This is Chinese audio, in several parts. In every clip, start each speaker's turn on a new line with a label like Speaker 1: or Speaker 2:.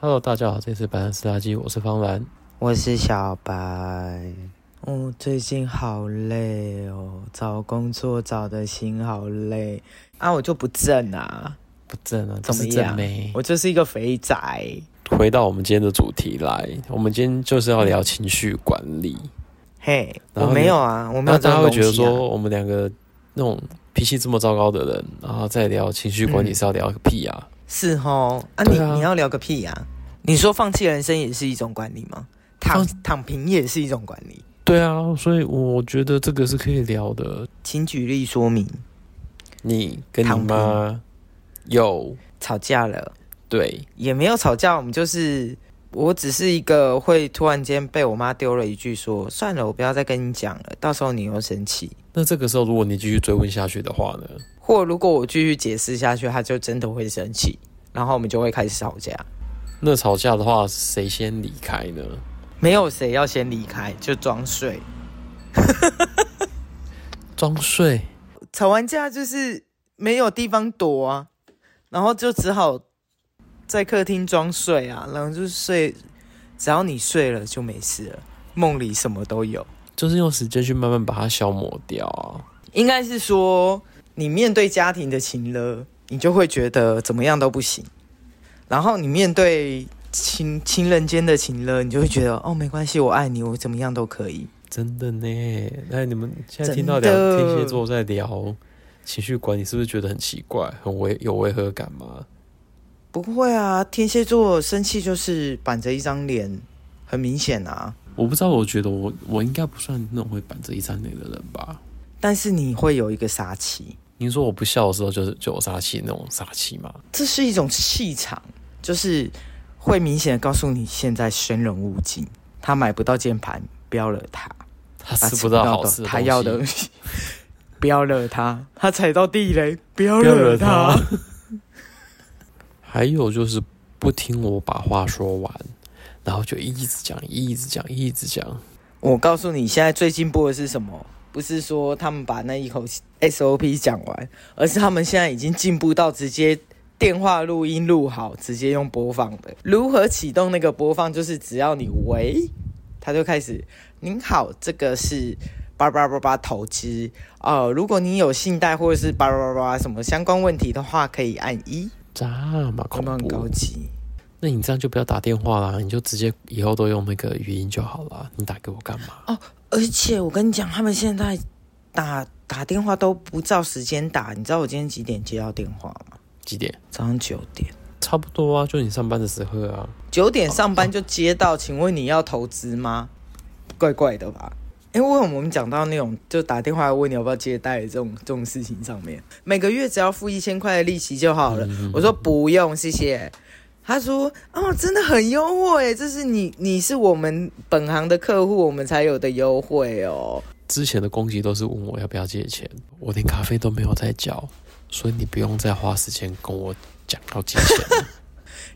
Speaker 1: Hello，大家好，这里是白兰斯垃圾，我是方兰。
Speaker 2: 我是小白。哦，最近好累哦，找工作找的心好累啊！我就不正啊，
Speaker 1: 不正啊，
Speaker 2: 怎么
Speaker 1: 这是
Speaker 2: 样
Speaker 1: 正妹。
Speaker 2: 我就是一个肥宅。
Speaker 1: 回到我们今天的主题来，我们今天就是要聊情绪管理。
Speaker 2: 嘿，
Speaker 1: 然
Speaker 2: 我
Speaker 1: 后呢
Speaker 2: 没有啊，我没
Speaker 1: 那
Speaker 2: 有这
Speaker 1: 大家
Speaker 2: 种
Speaker 1: 会
Speaker 2: 东
Speaker 1: 觉得
Speaker 2: 西、啊。
Speaker 1: 说，我们两个那种脾气这么糟糕的人，然后再聊情绪管理
Speaker 2: 嗯
Speaker 1: 是要聊个屁啊？
Speaker 2: 是哦，啊，
Speaker 1: 对
Speaker 2: 你
Speaker 1: 啊
Speaker 2: 你要聊个屁呀、你说放弃人生也是一种管理吗？躺躺平也是一种管理，
Speaker 1: 对啊，所以我觉得这个是可以聊的。
Speaker 2: 请举例说明。
Speaker 1: 你跟你
Speaker 2: 躺平
Speaker 1: 妈有
Speaker 2: 吵架了。
Speaker 1: 对
Speaker 2: 也没有吵架，我们就是，我只是一个会突然间被我妈丢了一句说，算了，我不要再跟你讲了，到时候你又生气。
Speaker 1: 那这个时候，如果你继续追问下去的话呢？
Speaker 2: 或如果我继续解释下去，她就真的会生气，然后我们就会开始吵架。
Speaker 1: 那吵架的话，谁先离开呢？
Speaker 2: 没有谁要先离开，就装睡。
Speaker 1: 装睡。
Speaker 2: 吵完架就是没有地方躲啊，然后就只好在客厅装睡啊，然后就睡，只要你睡了就没事了，梦里什么都有。
Speaker 1: 就是用时间去慢慢把它消磨掉啊。
Speaker 2: 应该是说，你面对家庭的情了，你就会觉得怎么样都不行；然后你面对情情人间的情了，你就会觉得哦，没关系，我爱你，我怎么样都可以。
Speaker 1: 真的呢，那你们现在
Speaker 2: 真的
Speaker 1: 听到聊天蝎座在聊情绪管理，是不是觉得很奇怪，很违有违和感吗？
Speaker 2: 不会啊，天蝎座生气就是板着一张脸，很明显啊。
Speaker 1: 我不知道，我觉得我我应该不算那种会板着一张脸的人吧。
Speaker 2: 但是你会有一个杀气，
Speaker 1: 您说我不笑的时候就是就有杀气那种杀气嘛？
Speaker 2: 这是一种气场，就是会明显的告诉你现在生人勿近，他买不到键盘，不要惹他。
Speaker 1: 他
Speaker 2: 他
Speaker 1: 吃
Speaker 2: 吃
Speaker 1: 不
Speaker 2: 不
Speaker 1: 到
Speaker 2: 到
Speaker 1: 好
Speaker 2: 的
Speaker 1: 吃的
Speaker 2: 他要的
Speaker 1: 东西
Speaker 2: 东西， 不要惹他，他踩到地雷，不要
Speaker 1: 不要惹
Speaker 2: 惹
Speaker 1: 他。还有就是不听我把话说完，然后就一直讲，一直讲，一直讲。
Speaker 2: 我告诉你，现在最进步的是什么？不是说他们把那一口 SOP 讲完，而是他们现在已经进步到直接电话录音录好，直接用播放的。如何启动那个播放？就是只要你喂，他就开始。您好，这个是叭叭叭叭投资哦。如果你有信贷或者是叭叭叭叭什么相关问题的话，可以按一。
Speaker 1: 这么
Speaker 2: 有
Speaker 1: 恐
Speaker 2: 没有很
Speaker 1: 怖
Speaker 2: 高？级？
Speaker 1: 那你这样就不要打电话啦，你就直接以后都用那个语音就好啦。你打给我干嘛？
Speaker 2: 而且我跟你讲，他们现在打打电话都不照时间打。你知道我今天几点接到电话吗？
Speaker 1: 几点？
Speaker 2: 早上九点，
Speaker 1: 差不多啊，就你上班的时候啊。
Speaker 2: 九点上班就接到。请问你要投资吗？怪怪的吧？因为我们讲到那种就打电话问你要不要借贷这种这种事情上面，每个月只要付一千块的利息就好了。
Speaker 1: 嗯
Speaker 2: 我说不用，谢谢。他说：“哦，真的很优惠，这是你你是我们本行的客户，我们才有的优惠哦。”
Speaker 1: 之前的攻击都是问我要不要借钱，我连咖啡都没有在缴，所以你不用再花时间跟我讲要借 钱了。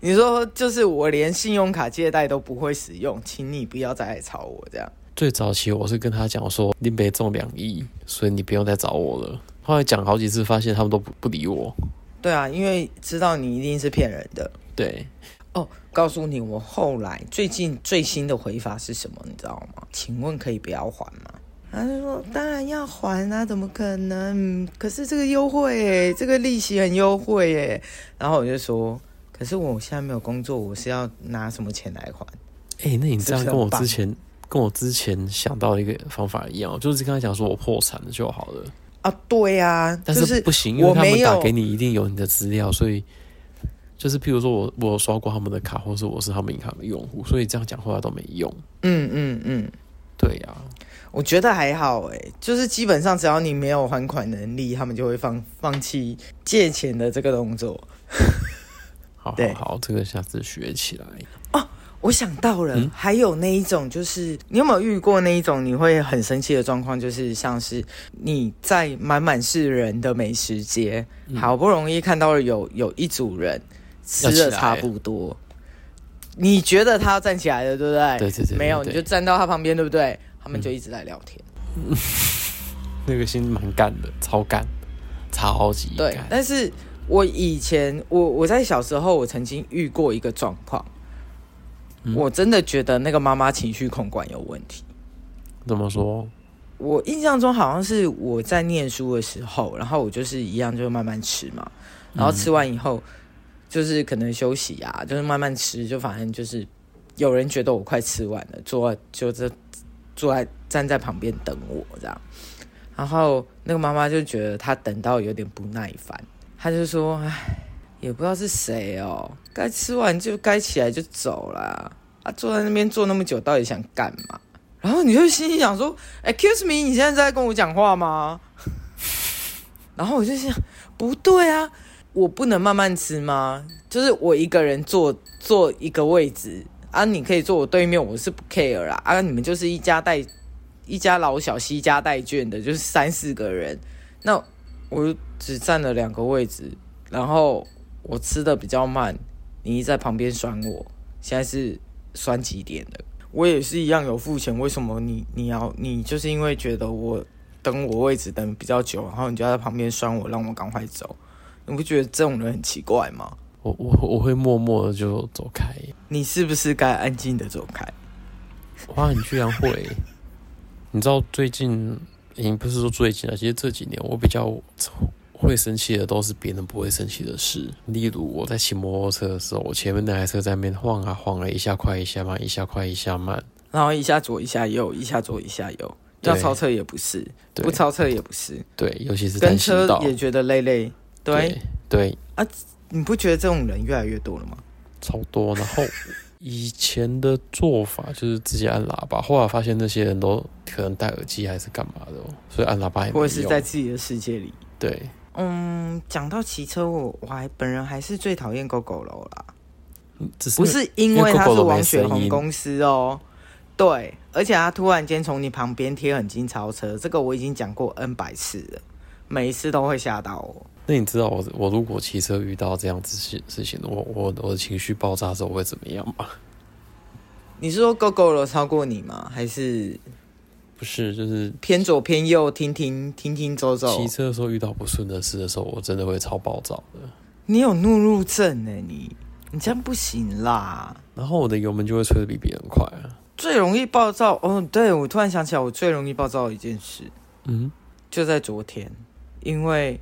Speaker 2: 你说就是我连信用卡借贷都不会使用，请你不要再来吵我这样。
Speaker 1: 最早期我是跟他讲说林北中两亿，所以你不用再找我了。后来讲好几次，发现他们都不不理我。
Speaker 2: 对啊，因为知道你一定是骗人的。
Speaker 1: 对，
Speaker 2: 哦，告诉你，我后来最近最新的回法是什么，你知道吗？请问可以不要还吗？
Speaker 1: 嗯
Speaker 2: 他就说当然要还啊，怎么可能？可是这个优惠诶、这个利息很优惠诶、然后我就说，可是我现在没有工作，我是要拿什么钱来还？
Speaker 1: 哎、那你这样
Speaker 2: 是不是
Speaker 1: 跟我
Speaker 2: 很棒
Speaker 1: 之前跟我之前想到一个方法一样，就是跟他讲说我破产了就好了。
Speaker 2: 啊，对啊，
Speaker 1: 但
Speaker 2: 就是是
Speaker 1: 不行，因为
Speaker 2: 我
Speaker 1: 他
Speaker 2: 没
Speaker 1: 们打
Speaker 2: 有
Speaker 1: 给你一定有你的资料，所以就是譬如说我我有刷过他们的卡，或是我是他们银行的用户，所以这样讲话都没用。
Speaker 2: 嗯嗯嗯，
Speaker 1: 对啊呀、
Speaker 2: 我觉得还好哎、就是基本上只要你没有还款能力，他们就会放放弃借钱的这个动作。
Speaker 1: 好好
Speaker 2: 对
Speaker 1: 好，这个下次学起来。
Speaker 2: 我想到了，
Speaker 1: 嗯
Speaker 2: 还有那一种，就是你有没有遇过那一种你会很生气的状况？就是像是你在满满是人的美食街，
Speaker 1: 嗯
Speaker 2: 好不容易看到了有有一组人吃
Speaker 1: 要起来
Speaker 2: 的差不多，你觉得他要站起来了，对不对？
Speaker 1: 对对对对
Speaker 2: 哎没有，
Speaker 1: 对嗯
Speaker 2: 你就站到他旁边，对不对？他们就一直在聊天。
Speaker 1: 那个心蛮干的，超干，超级
Speaker 2: 对，
Speaker 1: 干。
Speaker 2: 但是我以前我我在小时候，我曾经遇过一个状况，
Speaker 1: 嗯
Speaker 2: 我真的觉得那个妈妈情绪控管有问题。
Speaker 1: 怎么说？
Speaker 2: 我印象中好像是我在念书的时候，然后我就是一样，就是慢慢吃嘛，然后吃完以后，就是可能休息啊，就是慢慢吃，就反正就是有人觉得我快吃完了，坐就这坐在站在旁边等我这样，然后那个妈妈就觉得她等到有点不耐烦，她就说：“唉，也不知道是谁哦，该吃完就该起来就走啦，啊，坐在那边坐那么久到底想干嘛？”然后你就心里想说：“Excuse me，你现在在跟我讲话吗？” 然后我就想，不对啊，我不能慢慢吃吗？就是我一个人坐坐一个位置啊，你可以坐我对面，我是不 care 啦啊，你们就是一家带一家老小西家带眷的，就是三四个人，那我就只占了两个位置，然后我吃的比较慢，你一直在旁边酸我，现在是酸几点了？我也是一样有付钱，为什么你你要你就是因为觉得我等我位置等比较久，然后你就在旁边酸我，让我赶快走，你不觉得这种人很奇怪吗？
Speaker 1: 我我我会默默的就走开。
Speaker 2: 你是不是该安静的走开？
Speaker 1: 哇，你居然会！你知道最近，也不是说最近啊，其实这几年我比较会生气的都是别人不会生气的事。例如我在骑摩托车的时候，我前面那台车在那边晃啊晃啊，一下快一下慢，一下快一下慢。
Speaker 2: 然后一下左一下右，一下左一下右，
Speaker 1: 对
Speaker 2: 要超车也不是，
Speaker 1: 对
Speaker 2: 不超车也不是，
Speaker 1: 对，尤其是在
Speaker 2: 跟
Speaker 1: 行
Speaker 2: 车
Speaker 1: 道，
Speaker 2: 也觉得累累。对，
Speaker 1: 对对，
Speaker 2: 你不觉得这种人越来越多了吗？
Speaker 1: 超多。然后以前的做法就是直接按喇叭，后来发现那些人都可能戴耳机还是干嘛的、哦，所以按喇叭也没
Speaker 2: 或
Speaker 1: 用。
Speaker 2: 者是在自己的世界里？
Speaker 1: 对，
Speaker 2: 嗯，讲到骑车，我我还本人还是最讨厌 GoGo 楼啦。
Speaker 1: 只是
Speaker 2: 不
Speaker 1: 那
Speaker 2: 是因
Speaker 1: 因为
Speaker 2: 为
Speaker 1: Coco
Speaker 2: 他是
Speaker 1: 都没
Speaker 2: 王雪
Speaker 1: 声
Speaker 2: 红
Speaker 1: 音
Speaker 2: 公司哦，对，而且他突然间从你旁边贴很近超车，这个我已经讲过 N 百次了，每一次都会吓到我。
Speaker 1: 那你知道我我如果骑车遇到这样子事事情，我我我的情绪爆炸的时候会怎么样吗？
Speaker 2: 你是说 GoGo 了超过你吗？还是
Speaker 1: 不是，就是
Speaker 2: 偏左偏右停停停停走走
Speaker 1: 骑？车的时候遇到不顺的事的时候，我真的会超暴躁的。
Speaker 2: 你有怒路症哎、你你这样不行啦。
Speaker 1: 然后我的油门就会吹得比别人快啊。
Speaker 2: 最容易暴躁哦，对我突然想起来，我最容易暴躁的一件事
Speaker 1: 嗯，
Speaker 2: 就在昨天，因为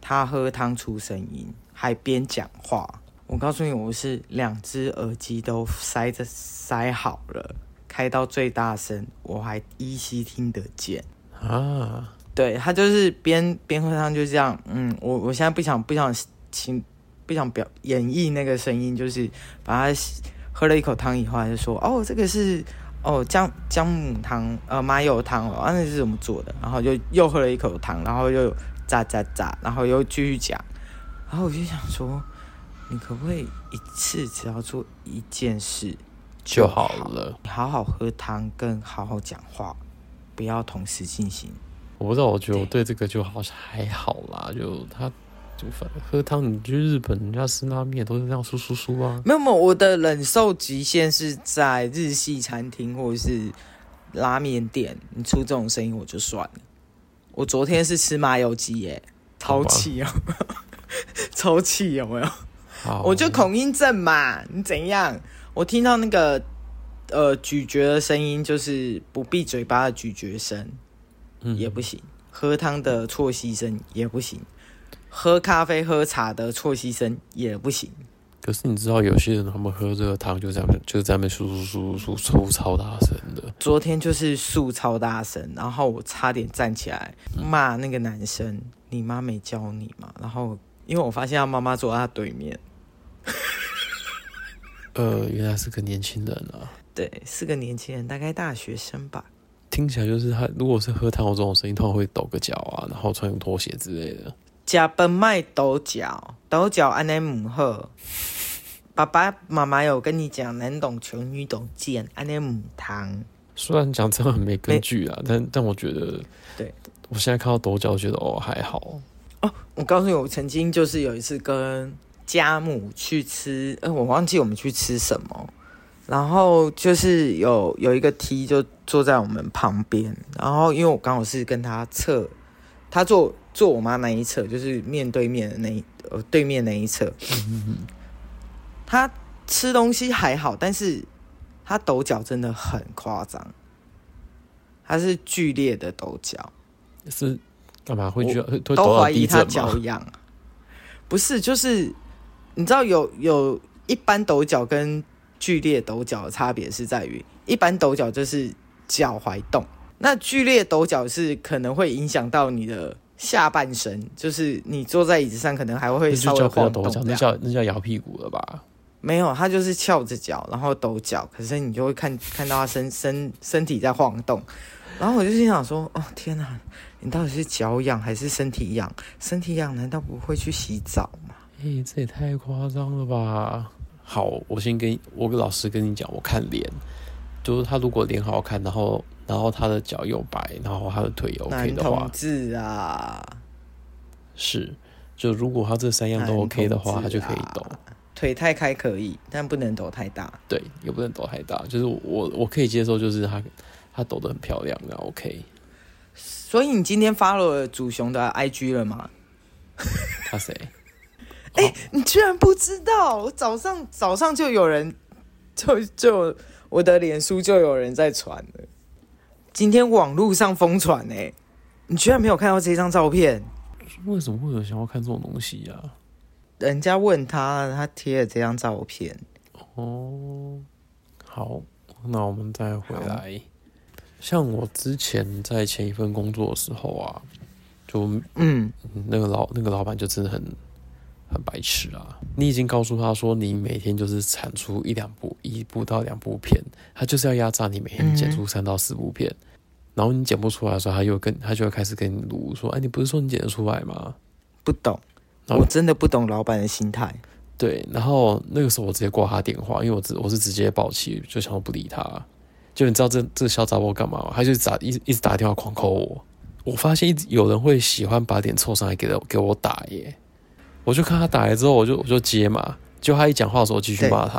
Speaker 2: 他喝汤出声音，还边讲话。我告诉你，我是两只耳机都塞着塞好了，开到最大声，我还依稀听得见。
Speaker 1: 啊，
Speaker 2: 对他就是边边喝汤就这样，嗯，我我现在不想不想请不想表演绎那个声音，就是把他喝了一口汤以后，他就说哦这个是哦姜姜母汤呃麻油汤哦，啊那是怎么做的？然后就又喝了一口汤，然后又咋咋咋，然后又继续讲，然后我就想说，你可不可以一次只要做一件事
Speaker 1: 就好了。
Speaker 2: 你好好喝汤跟好好讲话，不要同时进行。
Speaker 1: 我不知道，我觉得我对这个就好像还好啦，就他就反喝汤，你去日本人家吃拉面都是这样输输输 啊。
Speaker 2: 没有没有，我的忍受极限是在日系餐厅或者是拉面店，你出这种声音我就算了。我昨天是吃麻油鸡耶、
Speaker 1: 好
Speaker 2: 超
Speaker 1: 吧
Speaker 2: 气哦， 超气哦有没有？
Speaker 1: 好，
Speaker 2: 我就恐音症嘛，你怎样？我听到那个呃咀嚼的声音，就是不闭嘴巴的咀嚼声
Speaker 1: 嗯
Speaker 2: 也不行，喝汤的啜吸声也不行，喝咖啡喝茶的啜吸声也不行。
Speaker 1: 可是你知道，有些人他们喝这个汤就在那边就在那边输输输输出超大声的。
Speaker 2: 昨天就是诉超大声，然后我差点站起来骂那个男生：“你妈没教你嘛？”然后因为我发现他妈妈坐在他对面，
Speaker 1: 呃，原来是个年轻人啊，
Speaker 2: 对，是个年轻人，大概大学生吧。
Speaker 1: 听起来就是他，如果是喝汤有这种声音，通常会抖个脚啊，然后穿个拖鞋之类的。
Speaker 2: 食饭卖抖脚，抖脚安尼唔好。爸爸妈妈有跟你讲，男懂穷，女懂贱，安尼唔通。
Speaker 1: 虽然讲这样很没根据啊，但但我觉得，
Speaker 2: 对，
Speaker 1: 我现在看到抖脚，觉得哦还好，
Speaker 2: 我告诉你，我曾经就是有一次跟家母去吃，呃，我忘记我们去吃什么，然后就是有有一个 T 就坐在我们旁边，然后因为我刚好是跟他侧，他坐坐我妈那一侧，就是面对面的那一呃对面那一侧，他吃东西还好，但是他抖脚真的很夸张，他是剧烈的抖脚，
Speaker 1: 是干嘛会觉得会抖
Speaker 2: 都
Speaker 1: 到
Speaker 2: 怀疑
Speaker 1: 地
Speaker 2: 他
Speaker 1: 震
Speaker 2: 脚
Speaker 1: 吗？
Speaker 2: 痒。不是，就是你知道有有一般抖脚跟剧烈抖脚的差别是在于，一般抖脚就是脚踝动，那剧烈抖脚是可能会影响到你的下半身，就是你坐在椅子上可能还会
Speaker 1: 那
Speaker 2: 稍
Speaker 1: 就叫
Speaker 2: 微
Speaker 1: 不叫
Speaker 2: 晃
Speaker 1: 抖
Speaker 2: 动
Speaker 1: 脚，
Speaker 2: 这
Speaker 1: 那
Speaker 2: 样。
Speaker 1: 叫那叫摇屁股了吧？
Speaker 2: 没有，他就是翘着脚，然后抖脚，可是你就会看看到他身身身体在晃动，然后我就心想说，哦天哪，你到底是脚痒还是身体痒？身体痒难道不会去洗澡吗？
Speaker 1: 诶、这也太夸张了吧！好，我先跟我跟老师跟你讲，我看脸，就是他如果脸好看，然后然后他的脚又白，然后他的腿又 OK
Speaker 2: 男
Speaker 1: 的话
Speaker 2: 同，志啊，
Speaker 1: 是就如果他这三样都 OK 的话，
Speaker 2: 男
Speaker 1: 他
Speaker 2: 同
Speaker 1: 就
Speaker 2: 志啊
Speaker 1: 可以抖。
Speaker 2: 腿太开可以，但不能抖太大。
Speaker 1: 对，也不能抖太大，就是我我可以接受，就是他他抖得很漂亮，那 OK。
Speaker 2: 所以你今天 follow 了祖雄的 IG 了吗？
Speaker 1: 他谁？
Speaker 2: 你居然不知道？我早上早上就有人，就就我的脸书就有人在传了，今天网络上疯传哎、你居然没有看到这张照片？
Speaker 1: 为什么会有想要看这种东西啊呀、
Speaker 2: 人家问他，他贴了这张照片。
Speaker 1: 哦，好，那我们再回
Speaker 2: 好
Speaker 1: 来。像我之前在前一份工作的时候啊，就
Speaker 2: 嗯，
Speaker 1: 那个老那个老板就真的很很白痴啊！你已经告诉他说你每天就是产出一两部一部到两部片，他就是要压榨你每天剪出三到四部片，然后你剪不出来的时候，他又跟他就会开始跟你撸说：“哎，你不是说你剪得出来吗
Speaker 2: 不懂，
Speaker 1: 然后
Speaker 2: 我真的不懂老板的心态。？”
Speaker 1: 对，然后那个时候我直接挂他电话，因为我直我是直接暴气，就想要不理他。就你知道这这个小杂包干嘛吗？他就打一直一直打电话狂扣我。我发现一直有人会喜欢把脸凑上来给我给我打耶。我就看他打来之后，我就我就接嘛，就他一讲话的时候我继续
Speaker 2: 对
Speaker 1: 骂他，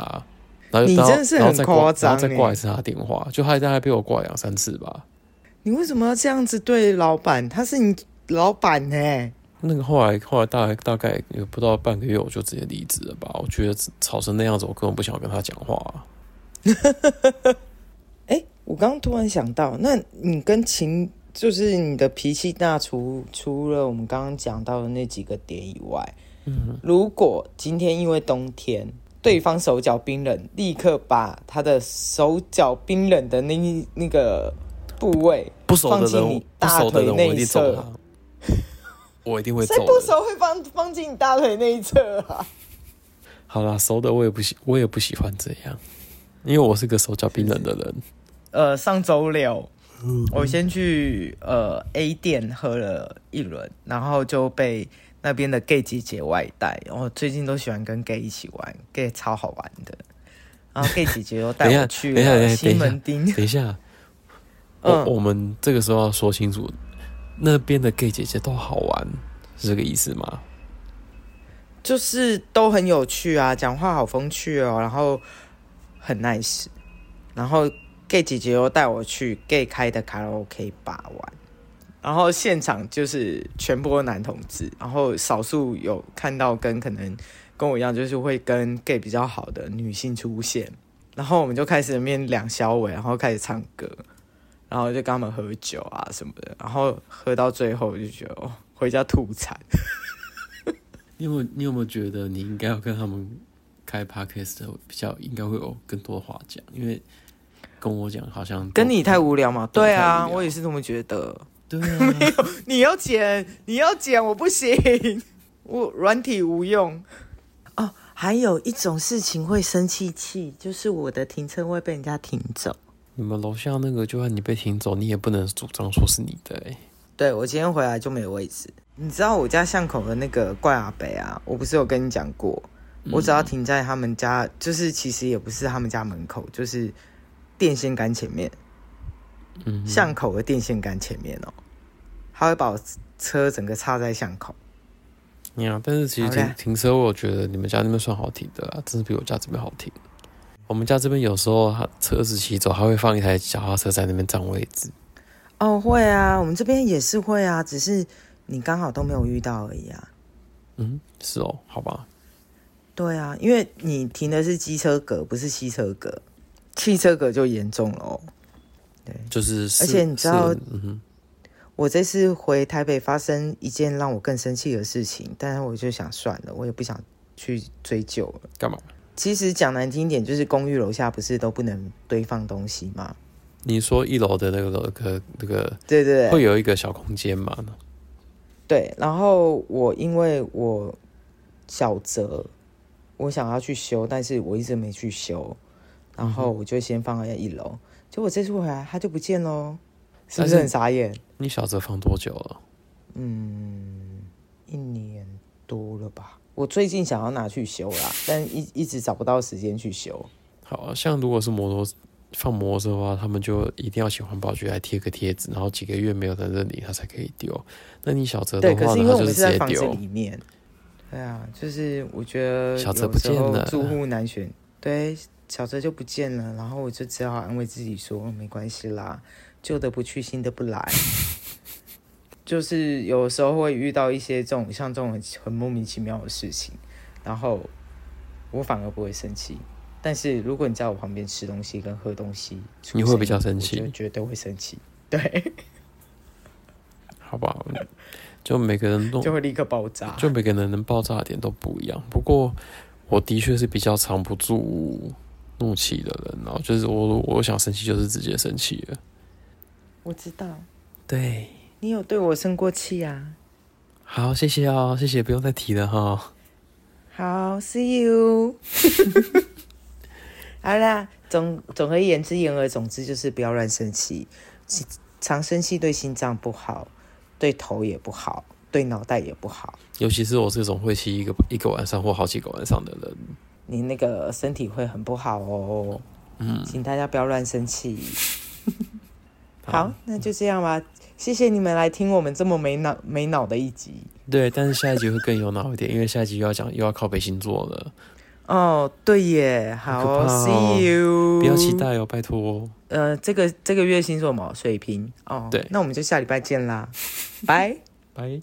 Speaker 1: 然后
Speaker 2: 你
Speaker 1: 然后
Speaker 2: 真的是
Speaker 1: 然后
Speaker 2: 很
Speaker 1: 再挂
Speaker 2: 夸张欸
Speaker 1: 然后再挂
Speaker 2: 耶
Speaker 1: 一次他的电话，就他大概被我挂两三次吧。
Speaker 2: 你为什么要这样子对老板？他是你老板欸呢、
Speaker 1: 那个后来后来大概大概也不到半个月，我就直接离职了吧。我觉得吵成那样子，我根本不想跟他讲话啊、
Speaker 2: 哎、我刚刚突然想到，那你跟情，就是你的脾气大除，除了我们刚刚讲到的那几个点以外，嗯，如果今天因为冬天，对方手脚冰冷，立刻把他的手脚冰冷的那一那个部位，
Speaker 1: 不熟的
Speaker 2: 放进
Speaker 1: 人
Speaker 2: 你，
Speaker 1: 不
Speaker 2: 大
Speaker 1: 熟的
Speaker 2: 腿
Speaker 1: 人
Speaker 2: 内
Speaker 1: 我一定揍
Speaker 2: 侧
Speaker 1: 他， 我一定会揍
Speaker 2: 谁不
Speaker 1: 的。
Speaker 2: 熟会放放进你大腿那一侧啊？
Speaker 1: 好啦，熟的我也不喜，我也不喜欢这样，因为我是个手脚冰冷的 人。
Speaker 2: 呃，上周六
Speaker 1: 嗯
Speaker 2: 我先去呃 A 店喝了一轮，然后就被那边的 gay 姐姐外带。我最近都喜欢跟 gay 一起玩，gay 超好玩的。然后 gay 姐姐又带
Speaker 1: 等一下
Speaker 2: 我去
Speaker 1: 等一下等一
Speaker 2: 了
Speaker 1: 下
Speaker 2: 西门町，
Speaker 1: 等一下，
Speaker 2: 嗯
Speaker 1: 我我们这个时候要说清楚，那边的 gay 姐姐都好玩，是这个意思吗？
Speaker 2: 就是都很有趣啊，讲话好风趣哦，然后很 nice。然后 gay 姐姐又带我去 gay 开的卡拉 OK 吧玩，然后现场就是全部都男同志，然后少数有看到跟可能跟我一样，就是会跟 gay 比较好的女性出现，然后我们就开始面两小尾，然后开始唱歌，然后就跟他们喝酒啊什么的，然后喝到最后我就觉得哦，回家吐惨。
Speaker 1: 你有没有你有没有觉得你应该要跟他们开 podcast 的比较应该会有更多话讲？因为跟我讲好像都
Speaker 2: 哦跟你太无聊嘛？
Speaker 1: 对
Speaker 2: 对
Speaker 1: 太无
Speaker 2: 啊，
Speaker 1: 聊
Speaker 2: 我也是这么觉得。
Speaker 1: 对啊，
Speaker 2: 你要剪，你要剪，我不行， 我软体无用。哦，还有一种事情会生气气，就是我的停车位被人家停走。
Speaker 1: 你们楼下那个就算你被停走，你也不能主张说是你的哎、
Speaker 2: 对我今天回来就没有位置。你知道我家巷口的那个怪阿北啊，我不是有跟你讲过，我只要停在他们家，就是其实也不是他们家门口，就是电线杆前面。
Speaker 1: 嗯哼
Speaker 2: 巷口的电线杆前面哦，他会把我车整个插在巷口。
Speaker 1: 呀、但是其实
Speaker 2: 好
Speaker 1: 停
Speaker 2: 嘞
Speaker 1: 停车位，我觉得你们家那边算好停的啦，真是比我家这边好停。我们家这边有时候他车子骑走，还会放一台脚踏车在那边占位置。
Speaker 2: 哦，会啊，我们这边也是会啊，只是你刚好都没有遇到而已啊。
Speaker 1: 嗯，是哦，好吧，
Speaker 2: 对啊，因为你停的是机车格，不是汽车格。汽车壳就严重了哦。
Speaker 1: 就是是，
Speaker 2: 而且你知道
Speaker 1: 是嗯哼，
Speaker 2: 我这次回台北发生一件让我更生气的事情，但是我就想算了，我也不想去追究了。
Speaker 1: 干嘛？
Speaker 2: 其实讲难听一点，就是公寓楼下不是都不能堆放东西吗？
Speaker 1: 你说一楼的那个那个那个
Speaker 2: 对对对，
Speaker 1: 会有一个小空间嘛？
Speaker 2: 对，然后我因为我小折，我想要去修，但是我一直没去修，然
Speaker 1: 嗯
Speaker 2: 后我就先放在一楼，结果这次回来它就不见喽，是不
Speaker 1: 但
Speaker 2: 是
Speaker 1: 是
Speaker 2: 很傻眼？
Speaker 1: 你小泽放多久了？
Speaker 2: 一年多了吧，我最近想要拿去修啦，但一一直找不到时间去修。
Speaker 1: 好像如果是摩托放摩托车的话，他们就一定要请环保局来贴个贴纸，然后几个月没有人认领，他才可以丢。那你小泽的
Speaker 2: 对，可
Speaker 1: 话
Speaker 2: 是
Speaker 1: 呢，
Speaker 2: 因为
Speaker 1: 他
Speaker 2: 我
Speaker 1: 就
Speaker 2: 们
Speaker 1: 是
Speaker 2: 是
Speaker 1: 直
Speaker 2: 在
Speaker 1: 接
Speaker 2: 房子
Speaker 1: 丢。
Speaker 2: 里面，对啊，就是我觉得
Speaker 1: 小泽
Speaker 2: 有
Speaker 1: 不
Speaker 2: 时
Speaker 1: 见
Speaker 2: 候
Speaker 1: 了
Speaker 2: 住户难选，对，小泽就不见了，然后我就只好安慰自己说哦没关系啦，旧的不去，新的不来。 就是有时候会遇到一些这种像这种很很莫名其妙的事情，然后我反而不会生气。但是如果你在我旁边吃东西跟喝东西，出
Speaker 1: 你会比较
Speaker 2: 声音
Speaker 1: 生
Speaker 2: 我
Speaker 1: 气
Speaker 2: 就绝对会生气，对，
Speaker 1: 好吧，就每个人都
Speaker 2: 就会立刻爆炸。
Speaker 1: 就每个人能爆炸的点都不一样。不过，我的确是比较藏不住怒气的人，然后就是我我想生气就是直接生气了。
Speaker 2: 我知道。
Speaker 1: 对，
Speaker 2: 你有对我生过气啊？
Speaker 1: 好，谢谢哦，谢谢，不用再提了哈。
Speaker 2: 好，see you 。好啦，总总而言之，言而总之就是不要乱生气，其常生气对心脏不好，对头也不好，对脑袋也不好，
Speaker 1: 尤其是我这种会气一个一个晚上或好几个晚上的人，
Speaker 2: 你那个身体会很不好哦。
Speaker 1: 嗯，
Speaker 2: 请大家不要乱生气。好，，那就这样吧，谢谢你们来听我们这么没脑没脑的一集。
Speaker 1: 对，但是下一集会更有脑一点，因为下一集又要讲又要靠北星座了，
Speaker 2: 哦，对耶，好、
Speaker 1: 好可怕哦
Speaker 2: s e e you，
Speaker 1: 不要期待哦，拜托，
Speaker 2: 呃，这个这个月星座嘛，水瓶哦，
Speaker 1: 对
Speaker 2: 那我们就下礼拜见啦，拜。
Speaker 1: 拜。